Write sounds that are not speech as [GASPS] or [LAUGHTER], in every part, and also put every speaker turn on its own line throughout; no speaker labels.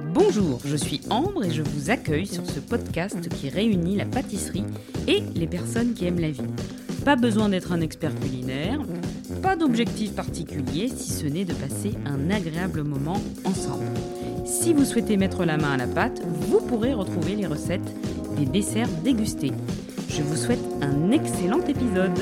Bonjour, je suis Ambre et je vous accueille sur ce podcast qui réunit la pâtisserie et les personnes qui aiment la vie. Pas besoin d'être un expert culinaire, pas d'objectif particulier si ce n'est de passer un agréable moment ensemble. Si vous souhaitez mettre la main à la pâte, vous pourrez retrouver les recettes des desserts dégustés. Je vous souhaite un excellent épisode.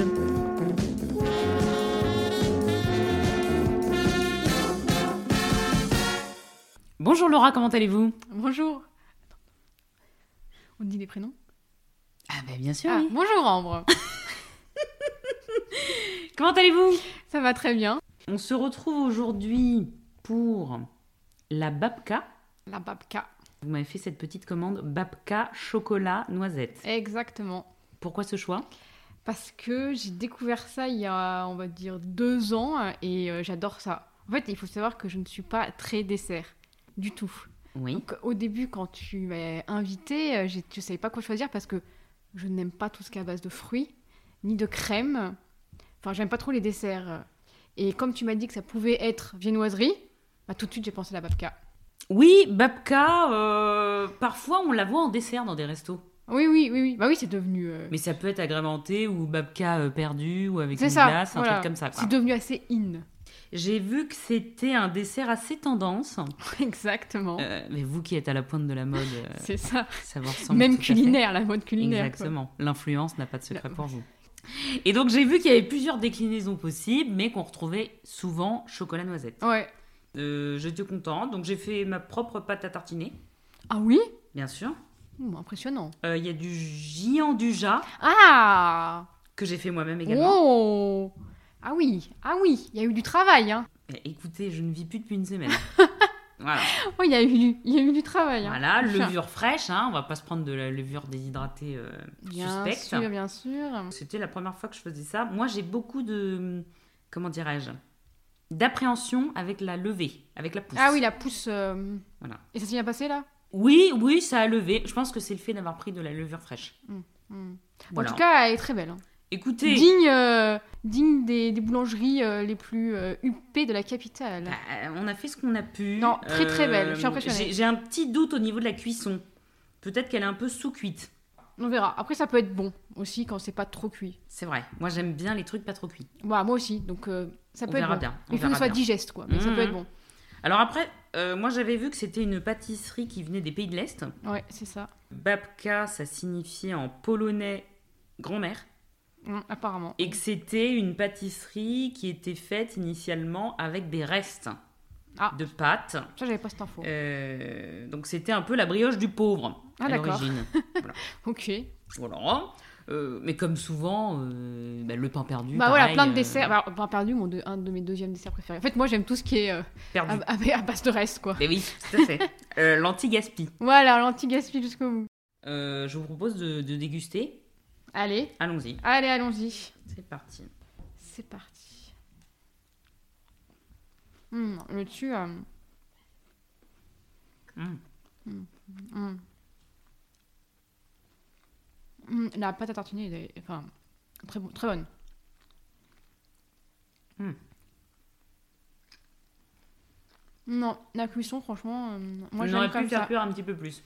Bonjour Laura, comment allez-vous
Bonjour. Attends. On dit les prénoms
Ah ben bien sûr,
Ah,
oui.
Bonjour Ambre.
Comment allez-vous
[LAUGHS] Ça va très bien.
On se retrouve aujourd'hui pour la babka.
La babka.
Vous m'avez fait cette petite commande babka chocolat noisette.
Exactement.
Pourquoi ce choix
Parce que j'ai découvert ça il y a, on va dire, deux ans et euh, j'adore ça. En fait, il faut savoir que je ne suis pas très dessert du tout.
Oui.
Donc, au début, quand tu m'as invité, euh, j'ai- je ne savais pas quoi choisir parce que je n'aime pas tout ce qui est à base de fruits, ni de crème. Enfin, j'aime pas trop les desserts. Et comme tu m'as dit que ça pouvait être viennoiserie, bah, tout de suite j'ai pensé à la babka.
Oui, babka, euh, parfois on la voit en dessert dans des restos.
Oui, oui, oui, oui. Bah oui, c'est devenu. euh,
Mais ça peut être agrémenté ou babka euh, perdu ou avec
C'est
une
ça,
glace, un
voilà.
truc comme ça. quoi.
C'est devenu assez in. [LAUGHS]
J'ai vu que c'était un dessert assez tendance.
Exactement.
Euh, mais vous qui êtes à la pointe de la mode, euh,
c'est ça.
ça vous ressemble.
Même
tout à fait.
culinaire, la mode culinaire. quoi.
Exactement. L'influence n'a pas de secret
La-
pour vous. Et donc j'ai vu qu'il y avait plusieurs déclinaisons possibles, mais qu'on retrouvait souvent chocolat noisette.
Ouais.
Euh, J'étais contente, donc j'ai fait ma propre pâte à tartiner,
Ah oui
bien sûr.
Ouh, Impressionnant.
Euh, Il y a du géant du ja
Ah
que j'ai fait moi-même également.
Oh Ah oui, ah oui, il y a eu du travail. Hein.
Eh, Écoutez, je ne vis plus depuis une
[LAUGHS]
semaine. voilà.
Oh, il y a eu du, il y a eu du travail. hein.
Voilà,
Bien.
levure fraîche, hein, on va pas se prendre de la levure déshydratée euh,
Bien
suspecte.
sûr, bien sûr.
C'était la première fois que je faisais ça. Moi, j'ai beaucoup de. Comment dirais-je D'appréhension avec la levée, avec la pousse.
Ah oui, la pousse. euh,
Voilà.
Et ça s'est bien passé là
Oui, oui, ça a levé. Je pense que c'est le fait d'avoir pris de la levure fraîche.
Hmm.
Voilà.
En tout cas, elle est très belle. hein.
Écoutez.
Digne, euh, digne des, des boulangeries euh, les plus euh, huppées de la capitale.
euh, On a fait ce qu'on a pu. Euh,
Non, très, très belle. Je suis impressionnée.
j'ai- J'ai un petit doute au niveau de la cuisson. Peut-être qu'elle est un peu sous-cuite.
On verra. Après, ça peut être bon aussi quand c'est pas trop cuit.
C'est vrai. Moi, j'aime bien les trucs pas trop cuits.
Bah, moi aussi, donc euh, ça
On
peut être
verra
bon.
bien. on
Il faut que
verra
ce soit
bien.
digeste, quoi. Mais ça
Mhm.
peut être bon.
Alors après, euh, moi, j'avais vu que c'était une pâtisserie qui venait des pays de l'Est.
Ouais, c'est ça.
Babka, ça signifiait en polonais grand-mère.
Mhm, apparemment.
et que c'était une pâtisserie qui était faite initialement avec des restes
Ah.
de pâtes.
Ça, j'avais pas cette info.
Euh, donc c'était un peu la brioche du pauvre
Ah,
à
d'accord. [LAUGHS]
l'origine.
Ok.
voilà. Euh, mais comme souvent, euh, bah, le pain perdu.
bah voilà,
pareil,
plein de
euh,
desserts. Bah, pain perdu, mon deux- un de mes deuxièmes desserts préférés. En fait, moi, j'aime tout ce qui est euh,
perdu.
à, à- à base de reste, quoi.
Mais oui, tout à fait.
[LAUGHS]
Euh, L'anti-gaspi.
Voilà, l'anti-gaspi jusqu'au bout.
Euh, je vous propose de, de déguster.
Allez,
Allons-y.
allez, allons-y.
C'est parti.
C'est parti. Hmm, le dessus. euh,
Mm.
hmm. Hmm, la pâte à tartiner, elle est, enfin, très, bon- très bonne.
Mm.
Non, la cuisson, franchement, euh, moi
J'aurais
j'aime
pu
comme
faire
ça.
cuire un petit peu plus.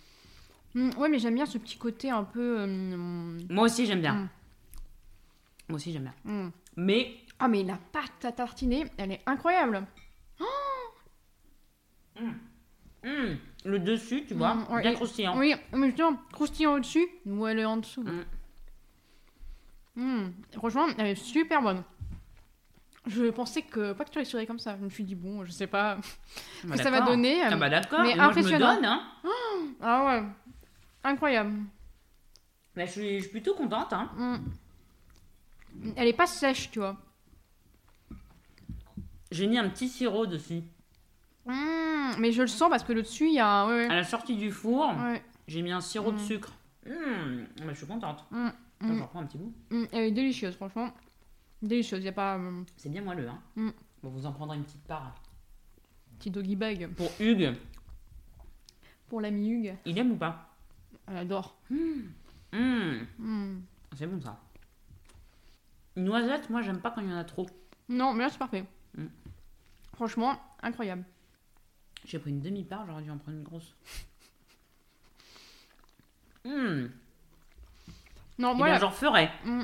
Hmm, ouais, mais j'aime bien ce petit côté un peu. euh,
Moi aussi, j'aime bien.
Mm.
Moi aussi, j'aime bien.
hmm.
Mais
Ah, mais la pâte à tartiner, elle est incroyable.
hum, le dessus, tu vois,
Mm, ouais,
bien
et-
croustillant.
Oui, mais justement, croustillant au-dessus, moelleux en dessous.
Mm.
Mm. Franchement, elle est super bonne. Je pensais que pas que tu les souris comme ça. Je me suis dit bon, je sais pas [LAUGHS] ce
Bah,
que ça va
d'accord.
donner.
Ah bah d'accord,
mais
mais, moi, je me
impressionnant.
donne, hein.
Ah ouais, incroyable.
Bah, je, suis, je suis plutôt contente. Hein.
Mm. Elle est pas sèche, tu vois.
J'ai mis un petit sirop dessus.
Mm. Mais je le sens parce que le dessus, il y a un- ouais,
À la sortie du four,
ouais. Ouais.
j'ai mis un sirop de
Mm.
sucre. Hum, bah, je suis contente.
Mm,
Attends,
mm.
je reprends un petit bout.
Mm. Elle est délicieuse, franchement. Délicieuse. Il y a pas euh,
C'est bien moelleux. Hein.
Mm.
Bon, vous en prendrez une petite part.
petit doggy bag
Pour Hugues,
pour l'ami Hugues.
il aime ou pas
Elle adore.
Hum,
Mm.
C'est bon ça. Noisette, moi j'aime pas quand il y en a trop.
Non, mais là c'est parfait.
Mm.
Franchement, incroyable.
J'ai pris une demi-part, j'aurais dû en prendre une grosse. Hmm.
Non,
Eh
moi,
bien,
la-
j'en ferai.
Mm.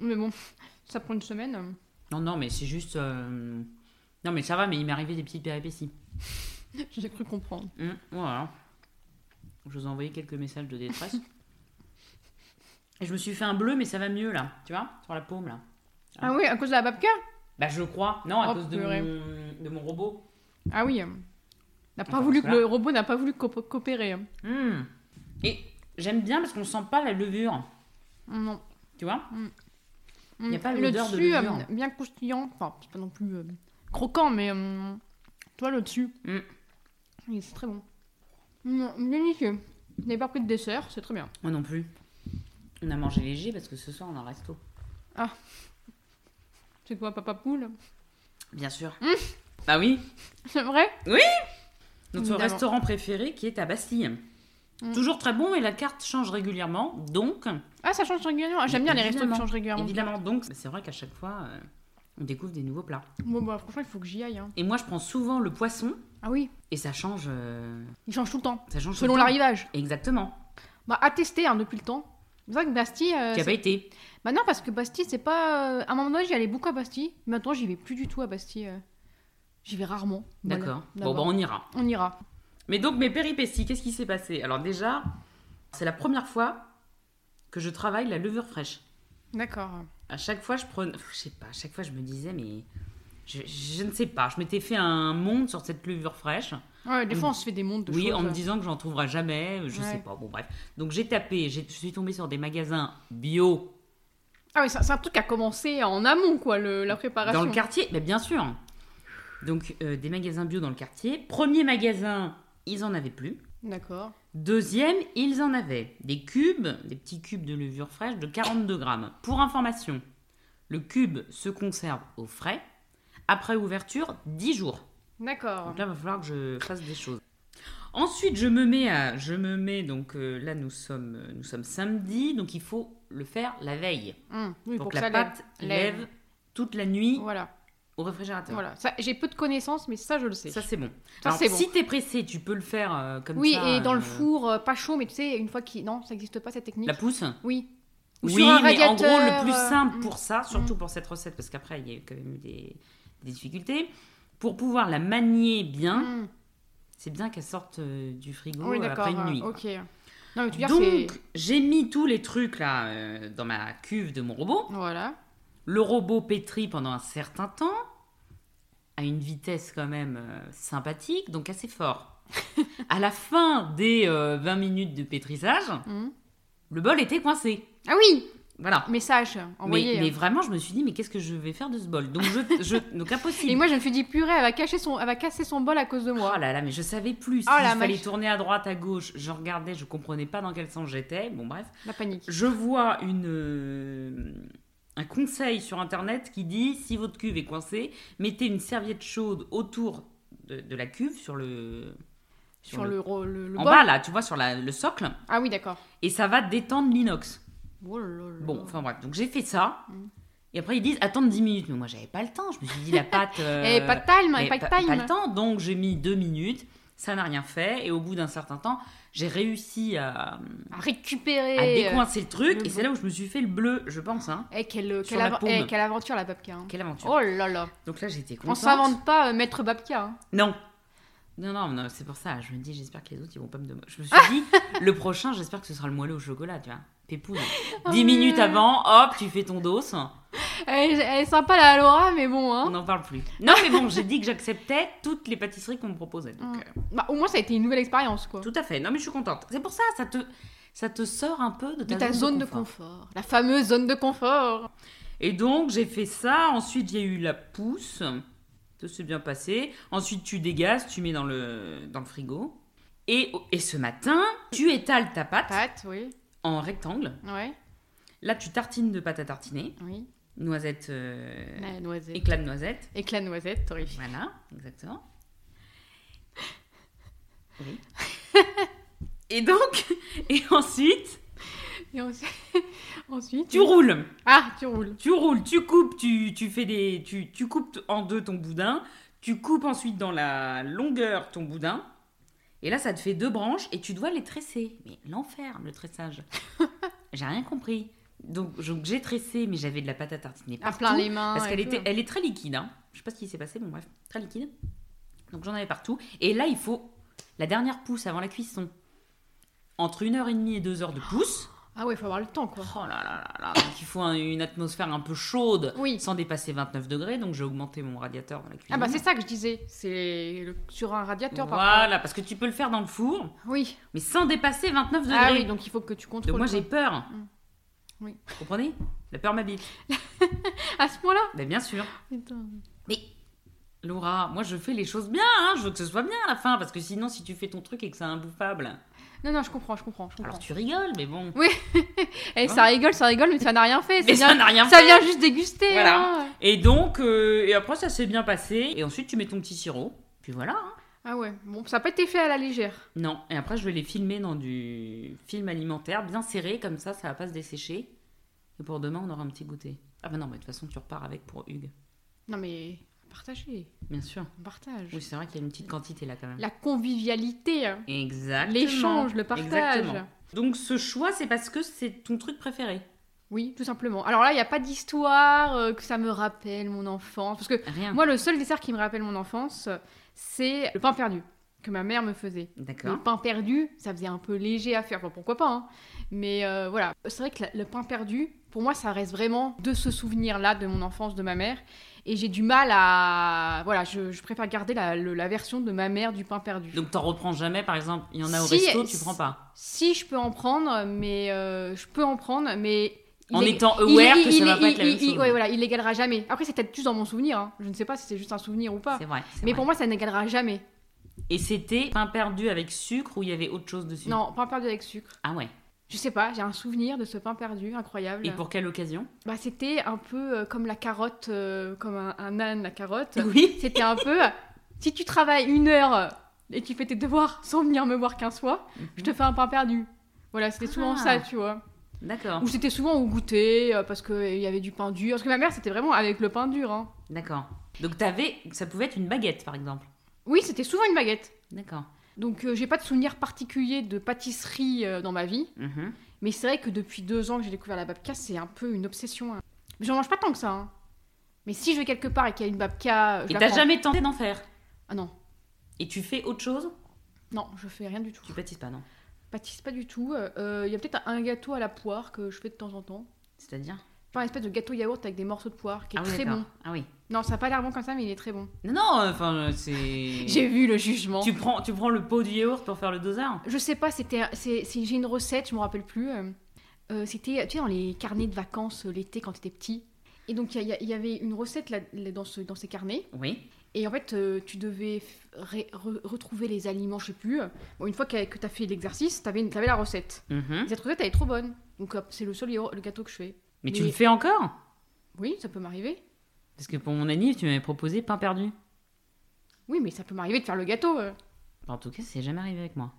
Mais bon, [LAUGHS] ça prend une semaine. [LAUGHS] euh.
Non, non, mais c'est juste. euh, Non, mais ça va, mais il m'est arrivé des petites péripéties.
J'ai cru comprendre.
Hmm, voilà. Je vous ai envoyé quelques messages de
[LAUGHS]
détresse. Et je me suis fait un bleu, mais ça va mieux là. Tu vois Sur la paume là.
Ah oui, à cause de la babka
Bah, je crois. Non, à
Oh,
cause de
purée.
mon... de mon robot.
Ah oui. euh, N'a pas
Attends,
voulu que
parce que
le robot n'a pas voulu coop- coopérer. euh.
Hmm. Et j'aime bien parce qu'on sent pas la levure.
Non.
Tu vois
Il
a pas
Mm. le
l'odeur de
dessus, euh,
levure.
bien croustillant. Enfin, c'est pas non plus euh, croquant, mais euh, toi le dessus.
Mm.
Oui, c'est très bon. Non, délicieux. Je n'ai pas pris de dessert, c'est très bien.
Moi non plus. On a mangé léger parce que ce soir on a un resto.
C'est quoi, papa poule [LAUGHS]
Bien sûr.
Hmm.
Bah oui.
C'est vrai
Notre
Évidemment.
restaurant préféré qui est à Bastille.
Mm.
Toujours très bon et la carte change régulièrement. Donc,
Ah, ça change régulièrement. Ah, J'aime bien les restos
Évidemment.
qui changent régulièrement.
évidemment, donc c'est vrai qu'à chaque fois euh, on découvre des nouveaux plats.
Bon, bah, franchement, il faut que j'y aille. hein.
Et moi je prends souvent le poisson
Ah oui,
et ça change. euh,
il change tout le temps.
ça change tout
Selon
le temps.
l'arrivage.
Exactement.
Bah, à tester hein, depuis le temps. C'est vrai que Bastille. euh,
Qui a
c'est-
pas été.
Bah non, parce que Bastille, c'est pas. euh, À un moment donné, j'y allais beaucoup à Bastille. Maintenant, j'y vais plus du tout à Bastille. euh. J'y vais rarement. Voilà.
D'accord. Bon,
D'abord.
bah on ira.
On ira.
Mais donc mes péripéties, qu'est-ce qui s'est passé Alors déjà, c'est la première fois que je travaille la levure fraîche.
D'accord.
À chaque fois, je prenais, je sais pas, à chaque fois je me disais mais je, je ne sais pas, je m'étais fait un monde sur cette levure fraîche.
Ouais, des fois, on se fait des mondes de
oui,
choses.
en me disant que j'en trouverai jamais, je
Ouais.
sais pas. Bon bref. Donc j'ai tapé, j'ai- je suis tombée sur des magasins bio
Ah oui, ça- c'est un truc qui a commencé en amont, quoi, le- la préparation.
dans le quartier, mais bien sûr. Donc euh, des magasins bio dans le quartier. Premier magasin, ils en avaient plus.
D'accord.
Deuxième, ils en avaient des cubes, des petits cubes de levure fraîche de 42 grammes. Pour information, le cube se conserve au frais après ouverture 10 jours.
D'accord.
Donc là, il va falloir que je fasse des choses. Ensuite, je me mets à, je me mets donc euh, là nous sommes, nous sommes samedi, donc il faut le faire la veille
Hum, oui,
pour,
pour
que la
ça,
pâte
lève.
lève toute la nuit
Voilà.
au réfrigérateur.
voilà. Ça, J'ai peu de connaissances, mais ça, je le sais.
Ça c'est bon.
Ça,
Alors,
c'est bon.
si t'es pressé, tu peux le faire euh, comme
oui,
ça.
et dans le
euh,
four, euh, pas chaud, mais tu sais, une fois qu'il. Non, ça n'existe pas, cette technique.
La pousse.
Oui. Ou
Oui,
sur un
mais en gros, le
radiateur,
plus
euh,
simple
mm.
pour ça, surtout pour cette recette, parce qu'après, il y a eu quand même des, des difficultés, pour pouvoir la manier bien,
Hum.
c'est bien qu'elle sorte euh, du frigo
Oui,
euh,
d'accord. hein,
après une nuit. quoi.
Ok. Non, mais tu veux dire, c'est.
Donc, j'ai mis tous les trucs là euh, dans ma cuve de mon robot.
Voilà.
Le robot pétrit pendant un certain temps, à une vitesse quand même euh, sympathique, donc assez
[LAUGHS]
fort. à la fin des euh, 20 minutes de pétrissage,
Mhm.
le bol était coincé.
Ah oui
Voilà.
Message envoyé. hein.
Mais, mais vraiment, je me suis dit, mais qu'est-ce que je vais faire de ce bol Donc, je, je- donc impossible.
Et moi, je me suis dit, purée, elle va, cacher son... elle va casser son bol à cause de moi.
Oh là là, mais je savais plus.
Oh
il
la
fallait
vache.
tourner à droite, à gauche. Je regardais, je comprenais pas dans quel sens j'étais. Bon, bref.
La panique.
Je vois une, euh, un conseil sur internet qui dit si votre cuve est coincée, mettez une serviette chaude autour de, de la cuve, sur le.
Sur le, ro- le- le
En
bol.
bas, là, tu vois, sur la- le socle.
Ah oui, d'accord.
Et ça va détendre l'inox.
Oh là là.
Bon, enfin bref, donc j'ai fait ça.
Mm.
Et après ils disent attendre 10 minutes, mais moi j'avais pas le temps. Je me suis dit la
[LAUGHS]
pâte. euh,
Eh, pas de time,
mais
eh, pas de
pas,
time.
pas le temps, donc j'ai mis 2 minutes. Ça n'a rien fait et au bout d'un certain temps, j'ai réussi à,
À
à
récupérer. euh,
décoincer le truc
le
et c'est là où je me suis fait le bleu, je pense. Hein.
Eh, quelle, euh,
Sur
quelle,
la
ava-
paume.
eh, quelle aventure, la babka. hein.
Quelle aventure
Oh là là.
Donc là j'étais contente.
On s'invente pas euh, maître babka. hein.
Non. Non, non, non, c'est pour ça. Je me dis, j'espère que les autres, ils vont pas me demander. Je me
[LAUGHS]
suis dit, le prochain, j'espère que ce sera le moelleux au chocolat, tu vois. Pépouze.
Oh,
10
mais-
minutes avant, hop, tu fais ton dos.
Elle, est- elle est sympa, la Laura, mais bon.
On
Hein.
n'en parle plus. Non, mais bon, j'ai dit que j'acceptais toutes les pâtisseries qu'on me proposait. Donc,
Mm.
euh,
Bah, au moins, ça a été une nouvelle expérience, quoi.
tout à fait. Non, mais je suis contente. C'est pour ça, ça te, ça te sort un peu de ta,
De ta zone de
confort.
confort. La fameuse zone de confort.
Et donc, j'ai fait ça. Ensuite, j'ai eu la pousse. Ça s'est bien passé. Ensuite, tu dégages, tu mets dans le, dans le frigo. Et, et ce matin, tu étales ta pâte
Pâte, oui.
en rectangle.
Ouais,
Là, tu tartines de pâte à tartiner.
oui.
Noisette, euh,
La noisette.
éclat de noisette.
Éclat de noisette, oui.
Voilà, exactement. Oui. [LAUGHS] et donc, et ensuite,
Et ensuite, [LAUGHS] ensuite
tu roules.
Ah, tu roules.
Tu roules, tu coupes, tu, tu fais des, tu, tu coupes en deux ton boudin, Tu coupes ensuite dans la longueur ton boudin. Et là, ça te fait deux branches et tu dois les tresser. Mais l'enfer, le tressage. [LAUGHS] J'ai rien compris. Donc, donc j'ai tressé, mais j'avais de la pâte à tartiner
À
partout.
plein les mains.
Parce
et
qu'elle
tout.
était, elle est très liquide. Hein. Je sais pas ce qui s'est passé, bon bref, très liquide. Donc j'en avais partout. Et là, il faut la dernière pousse avant la cuisson. Entre une heure et demie et deux heures de pousse.
Ah ouais, il faut avoir le temps, quoi.
Oh là là là là. Donc il faut un- une atmosphère un peu chaude,
Oh. Oui.
sans dépasser 29 degrés. Donc j'ai augmenté mon radiateur dans la cuisine.
Ah bah c'est ça que je disais. C'est le- sur un radiateur, par contre.
Voilà, parce que tu peux le faire dans le four,
Oui.
mais sans dépasser 29 degrés.
Ah oui, donc il faut que tu contrôles.
Donc moi j'ai
quoi.
peur.
Mm. Oui.
Vous comprenez La peur m'habite.
À ce point-là
Ben bien sûr.
Putain.
Mais Laura, moi je fais les choses bien, hein, je veux que ce soit bien à la fin, parce que sinon si tu fais ton truc et que c'est imbouffable,
Non, non, je comprends, je comprends, je comprends.
alors tu rigoles, mais bon.
Eh, ça rigole, ça rigole, mais ça n'a rien fait.
Mais ça
ça, vient...
n'a rien
ça
fait.
vient juste déguster.
Voilà.
hein.
Et donc, euh, et après ça s'est bien passé, et ensuite tu mets ton petit sirop, puis voilà. hein.
Ah ouais, bon, ça n'a pas été fait à la légère.
Non, et après je vais les filmer dans du film alimentaire, bien serré, comme ça, ça va pas se dessécher. Et pour demain, on aura un petit goûter. Ah bah non, mais de toute façon, tu repars avec pour Hugues,
Non mais, partagez,
bien sûr.
on partage.
Oui, c'est vrai qu'il y a une petite quantité là quand même.
La convivialité, hein.
Exactement.
l'échange, le partage.
Exactement. Donc ce choix, c'est parce que c'est ton truc préféré.
Oui, tout simplement. Alors là, il n'y a pas d'histoire euh, que ça me rappelle mon enfance. Parce que
Rien.
moi, le seul dessert qui me rappelle mon enfance, euh, c'est le pain perdu que ma mère me faisait.
D'accord.
Le pain perdu, ça faisait un peu léger à faire. Bon, pourquoi pas, hein. Mais euh, voilà, c'est vrai que la- le pain perdu, pour moi, ça reste vraiment de ce souvenir-là de mon enfance, de ma mère. Et j'ai du mal à... Voilà, je, je préfère garder la, le- la version de ma mère du pain perdu.
Donc t'en reprends jamais, par exemple, il y en a au
Si,
resto, tu
si-
prends pas.
Si je peux en prendre, mais euh, je peux en prendre, mais il
En
est-
étant
il
aware
est-
que
il
ça va
est-
pas
il-
être la même
il-
chose.
ouais, voilà, il l'égalera jamais. Après, c'est peut-être juste dans mon souvenir. hein. Je ne sais pas si c'est juste un souvenir ou pas.
C'est vrai. c'est
Mais
vrai.
pour moi, ça n'égalera jamais.
Et c'était pain perdu avec sucre ou il y avait autre chose dessus
Non, pain perdu avec sucre.
Ah ouais.
Je sais pas, j'ai un souvenir de ce pain perdu incroyable.
Et pour quelle
[LAUGHS]
occasion
Bah, c'était un peu euh, comme la carotte, euh, comme un, un âne, la carotte.
Oui.
[LAUGHS] c'était un peu, si tu travailles une heure et tu fais tes devoirs sans venir me voir qu'un soir, je te fais un pain perdu. Voilà, c'était souvent
Mmh. Ah.
ça, tu vois.
D'accord.
Où c'était souvent au goûter euh, parce qu'il y avait du pain dur. Parce que ma mère, c'était vraiment avec le pain dur. hein.
D'accord. Donc t'avais, ça pouvait être une baguette, par exemple.
Oui, c'était souvent une baguette.
D'accord.
Donc euh, j'ai pas de souvenir particulier de pâtisserie euh, dans ma vie.
Mhm.
Mais c'est vrai que depuis deux ans que j'ai découvert la babka, c'est un peu une obsession. hein. Mais j'en mange pas tant que ça. hein. Mais si je vais quelque part et qu'il y a une babka, euh, je
Et
la
t'as
prends.
jamais tenté d'en faire
Ah non,
Et tu fais autre chose
non, je fais rien du tout.
Tu pâtisses pas, non
Je pâtisse pas du tout. Euh, Il y a peut-être un gâteau à la poire que je fais de temps en temps.
C'est-à-dire
Genre une espèce de gâteau yaourt avec des morceaux de poire qui est
ah oui,
très
d'accord.
bon.
Ah oui.
Non, ça a pas l'air bon comme ça, mais il est très bon.
Non, non, enfin, euh, c'est.
J'ai vu le jugement.
Tu prends, tu prends le pot du yaourt pour faire le dosard
Je sais pas, c'était, c'est, c'est- j'ai une recette, je me rappelle plus. euh, euh, c'était, tu sais, dans les carnets de vacances euh, l'été quand t'étais petit. Et donc, il y, a- il y avait une recette là, là, dans, ce, dans ces carnets.
Oui.
Et en fait, euh, tu devais f- ré- re- retrouver les aliments, je sais plus. euh, Bon, une fois que, que t'as fait l'exercice, t'avais, une- t'avais la recette.
Mhm.
Cette recette, elle est trop bonne. Donc, hop, c'est le seul yaourt- le gâteau que je fais.
Mais tu
Mais-
le fais encore
Oui, ça peut m'arriver.
Parce que pour mon anniv, tu m'avais proposé pain perdu.
Oui, mais ça peut m'arriver de faire le gâteau. euh. [LAUGHS]
Bah, En tout cas, c'est jamais arrivé avec moi.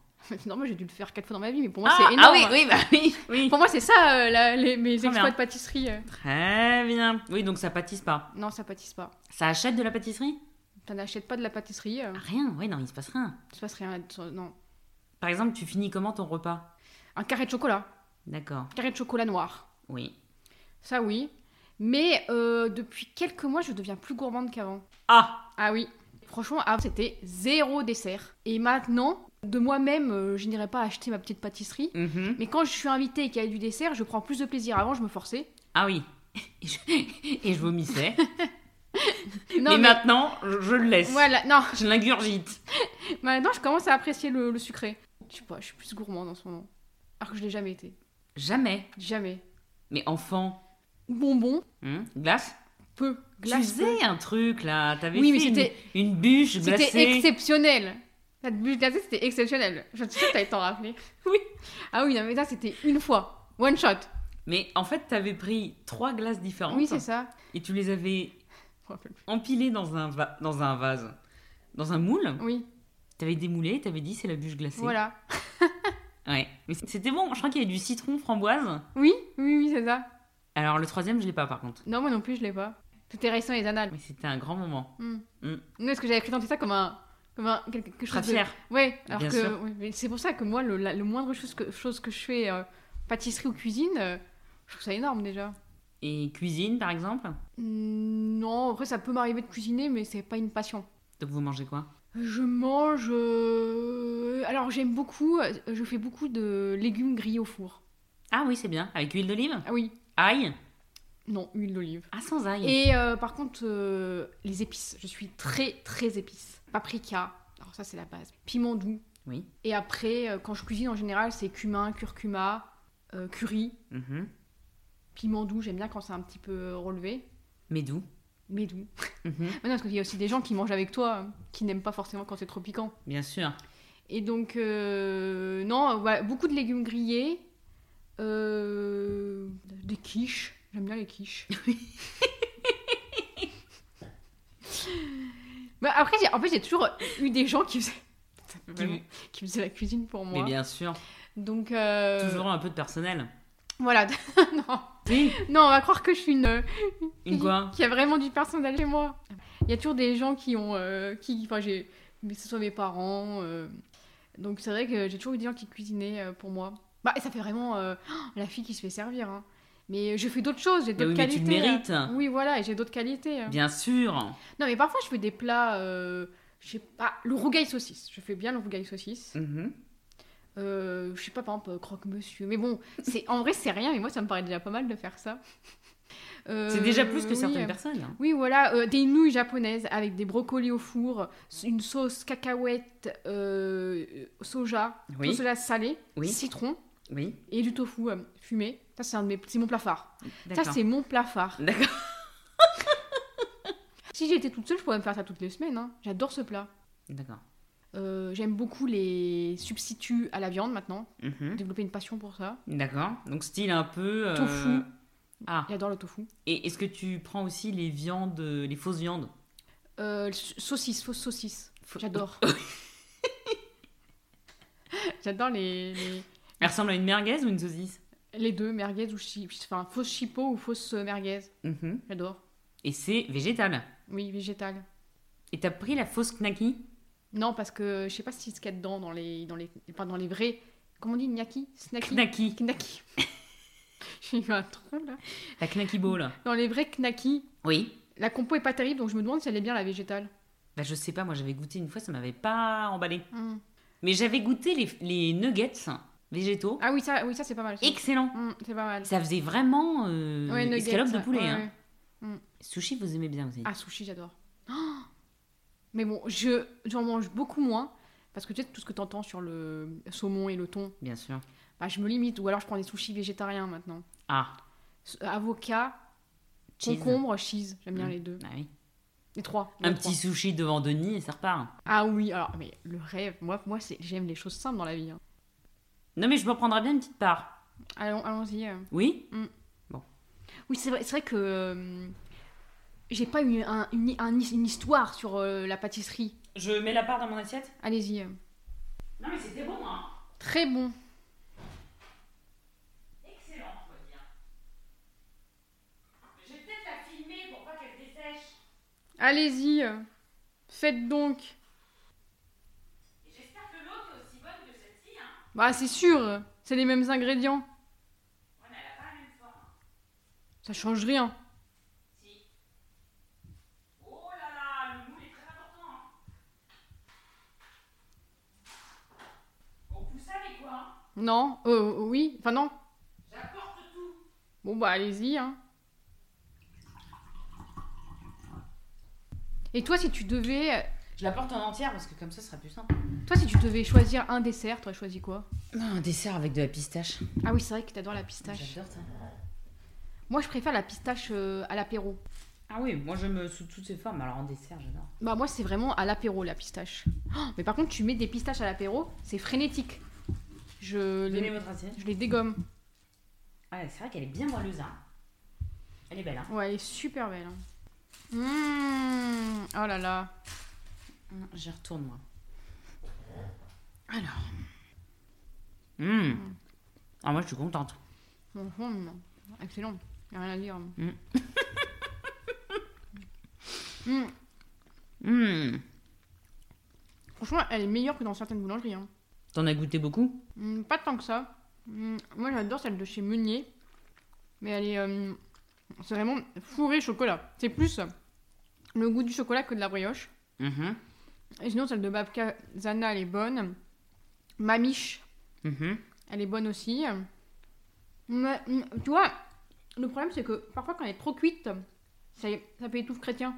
Non, moi, j'ai dû le faire quatre fois dans ma vie, mais pour moi,
ah,
c'est énorme.
oui, oui, bah oui, oui.
Pour moi, c'est ça, euh, la- les- mes
Très
exploits
bien.
de pâtisserie. euh.
Très bien. Oui, donc ça pâtisse pas.
Non, ça pâtisse pas.
Ça achète de la pâtisserie
T'en achètes pas de la pâtisserie. euh.
Ah, Rien, oui, non, il se passe rien.
Il se passe rien. euh, Non.
Par exemple, tu finis comment ton repas
Un carré de chocolat.
D'accord,
Un carré de chocolat noir.
oui.
Ça, oui. Mais euh, depuis quelques mois, je deviens plus gourmande qu'avant.
Ah
Ah oui. Franchement, avant, c'était zéro dessert. Et maintenant, de moi-même, euh, je n'irai pas acheter ma petite pâtisserie.
mhm.
Mais quand je suis invitée et qu'il y a du dessert, je prends plus de plaisir. Avant, je
[LAUGHS]
me forçais.
Ah oui. Et je, et je vomissais.
[LAUGHS] Non,
mais, maintenant, je, je le laisse.
Voilà, non. [LAUGHS]
Je l'ingurgite.
Maintenant, je commence à apprécier le, le sucré. Je sais pas, je suis plus gourmande en ce moment. Alors que je l'ai jamais été.
Jamais.
Jamais.
Mais enfant,
Bonbon,
hein, glace
peu.
Tu
Glace, peu.
faisais un truc là, t'avais
Oui, mais
fait une-
c'était-
une, bûche
C'était
glacée.
exceptionnel. La bûche glacée, c'était exceptionnel. Je suis sûre que t'allais t'en rappeler.
Oui.
Ah [LAUGHS] oui, non, mais ça, c'était une fois. One shot.
Mais en fait, t'avais pris trois glaces différentes
Oui, c'est ça.
et tu les avais
Je me rappelle plus.
empilées dans un, va- dans un vase, dans un moule.
Oui,
T'avais démoulé, t'avais dit c'est la bûche glacée.
voilà.
Ouais. Mais c'était bon, je crois qu'il y avait du citron, framboise.
Oui, oui, oui, c'est ça.
Alors le troisième, je l'ai pas par contre.
Non, moi non plus, je l'ai pas. Tout est récent et anal.
Mais c'était un grand moment.
Hmm.
Hmm.
Non, parce que j'avais présenté ça comme un. Comme un, quelque, quelque
Je serais
chose. de-
fière.
Ouais, alors
Bien
que.
sûr.
ouais, mais c'est pour ça que moi, le, la- le moindre chose que, chose que je fais, euh, pâtisserie ou cuisine, euh, je trouve ça énorme déjà.
Et cuisine, par exemple
Hmm, Non, après, ça peut m'arriver de cuisiner, mais c'est pas une passion.
Donc vous mangez quoi
Je mange. euh, Alors, j'aime beaucoup. euh, Je fais beaucoup de légumes grillés au four.
Ah oui, c'est bien. Avec huile d'olive
Ah oui,
Ail
non, huile d'olive.
Ah, sans ail.
Et euh, par contre, euh, les épices. Je suis très, très épice. Paprika, alors ça, c'est la base. Piment doux.
Oui.
Et après, euh, quand je cuisine en général, c'est cumin, curcuma, euh, curry,
Mhm.
piment doux. J'aime bien quand c'est un petit peu euh, relevé.
Mais d'où
Mais doux.
Mhm.
Mais non, parce qu'il y a aussi des gens qui mangent avec toi, hein, qui n'aiment pas forcément quand c'est trop piquant.
Bien sûr.
Et donc, euh, non, euh, voilà, beaucoup de légumes grillés, euh, des quiches. J'aime bien les
[LAUGHS]
quiches. bah, après, j'ai- en fait, j'ai toujours eu des gens qui faisaient, qui, qui faisaient la cuisine pour moi.
Mais bien sûr.
Donc, euh,
Toujours un peu de
[LAUGHS]
personnel.
voilà. non.
Oui.
non, on va croire que je suis une,
Une quoi
qui a vraiment du personnel chez moi. Il y a toujours des gens qui ont, euh, qui, enfin j'ai, mais que ce soit mes parents, euh, donc c'est vrai que j'ai toujours eu des gens qui cuisinaient euh, pour moi. Bah et ça fait vraiment euh, [GASPS] la fille qui se fait servir. hein. Mais je fais d'autres choses, j'ai
Bah
d'autres
oui, mais tu
qualités.
le mérites.
hein. Oui voilà, et j'ai d'autres qualités. hein.
Bien sûr.
Non mais parfois je fais des plats, euh, je sais pas, le rougail saucisse. Je fais bien le rougail saucisse.
Mhm.
Euh, je sais pas, par exemple, croque-monsieur. Mais bon, c'est en vrai c'est rien, mais moi ça me paraît déjà pas mal de faire ça. Euh,
C'est déjà plus que
certaines
certaines
personnes.
personnes. hein.
Oui, voilà, euh, des nouilles japonaises avec des brocolis au four, une sauce cacahuète, euh, soja,
Oui.
sauce soja salée,
Oui.
citron
Oui.
et du tofu euh, fumé. Ça, c'est un de mes- c'est mon plat phare. Ça,
D'accord.
c'est mon plat phare.
[LAUGHS] D'accord.
Si j'étais toute seule, je pourrais me faire ça toutes les semaines. hein. J'adore ce plat.
D'accord.
Euh, J'aime beaucoup les substituts à la viande maintenant. J'ai
Mhm.
développé une passion pour ça.
D'accord. Donc style un peu. euh,
Tofu.
Ah.
J'adore le tofu.
Et est-ce que tu prends aussi les viandes, les fausses viandes
Euh, saucisse, fausse saucisse.
Faut- Oh.
J'adore. [LAUGHS] J'adore les- les,
Elle ressemble à une merguez ou une saucisse
Les deux, merguez ou chi... enfin fausse chipot ou fausse euh, merguez.
Mhm.
J'adore.
Et c'est végétal.
Oui, végétal.
Et t'as pris la fausse knacky
Non, parce que je sais pas si ce qu'il y a dedans dans les dans les enfin, dans les vrais. Comment on dit gnaki Snacky
Knacky.
Knaki. [LAUGHS] J'ai eu un trou là.
La knacky ball.
Dans les vrais knaki,
Oui.
la compo est pas terrible donc je me demande si elle est bien la végétale.
Bah, je sais pas, moi j'avais goûté une fois, ça m'avait pas emballé.
Hmm.
Mais j'avais goûté les, les nuggets végétaux.
Ah oui, ça oui, ça c'est pas mal. ça.
Excellent.
Hmm, c'est pas mal.
Ça faisait vraiment euh,
Ouais, nuggets,
escalope de
ouais,
poulet.
ouais,
hein.
ouais.
Sushi, vous aimez bien aussi.
Ah, sushi, j'adore. [GASPS] Oh Mais bon, je j'en mange beaucoup moins parce que tu sais tout ce que t'entends sur le saumon et le thon.
Bien sûr.
Bah, je me limite, ou alors je prends des sushis végétariens maintenant.
Ah,
S- euh, Avocat,
cheese.
concombre, cheese, j'aime bien
Mm.
les deux.
Ah oui.
Les trois. les
Un
trois.
petit sushi devant Denis et ça repart.
Ah oui, alors, mais le rêve, moi, moi c'est- j'aime les choses simples dans la vie. hein.
Non, mais je me prendrai bien une petite part.
Allons- Allons-y. euh.
Oui
Oui, c'est vrai, c'est vrai que euh, j'ai pas eu un- une, un- une histoire sur euh, la pâtisserie.
Je mets la part dans mon assiette
Allez-y. euh.
Non, mais c'était bon, hein.
Très bon.
Excellent, je dois dire. Je vais peut-être la filmer pour pas qu'elle dessèche.
Allez-y. euh. Faites donc.
Et j'espère que l'autre est aussi bonne que celle-ci, hein.
Bah, c'est sûr, euh, c'est les mêmes ingrédients.
Ouais, mais elle a pas la même forme.
Ça change rien.
Si. Oh là là, le moule est très important, hein. Bon, vous savez quoi hein
Non Euh, oui Enfin, non.
J'apporte tout.
Bon bah allez-y. Hein. Et toi si tu devais,
Je la porte en entière parce que comme ça, ce sera plus simple.
toi si tu devais choisir un dessert, t'aurais choisi quoi
un dessert avec de la pistache.
Ah oui c'est vrai que t'adores la pistache.
J'adore ça.
Moi je préfère la pistache euh, à l'apéro.
Ah oui, moi j'aime euh, sous toutes ses formes. Alors en dessert, j'adore.
Bah moi c'est vraiment à l'apéro la pistache. Oh, mais par contre tu mets des pistaches à l'apéro, c'est frénétique. Je
Donnez
les,
votre assiette.
je les dégomme.
Ah, c'est vrai qu'elle est bien moelleuse, hein. Elle est belle, hein.
Ouais elle est super belle. hein. Mmh, oh là là.
Hum, J'y retourne, moi. Alors. Hum. Ah, moi je suis contente.
Mmh, mmh. Excellent. Y a rien à dire.
Mm.
Mm.
Hmm.
Franchement, elle est meilleure que dans certaines boulangeries. hein.
T'en as goûté beaucoup
Hmm, pas tant que ça. Hmm, moi, j'adore celle de chez Meunier. Mais elle est. euh, c'est vraiment fourré chocolat. C'est plus le goût du chocolat que de la brioche.
Mhm,
Et sinon, celle de Babka Zana, elle est bonne. Mamiche,
mhm.
elle est bonne aussi. Mais, hmm, tu vois, le problème, c'est que parfois, quand elle est trop cuite, ça, ça fait étouffe chrétien.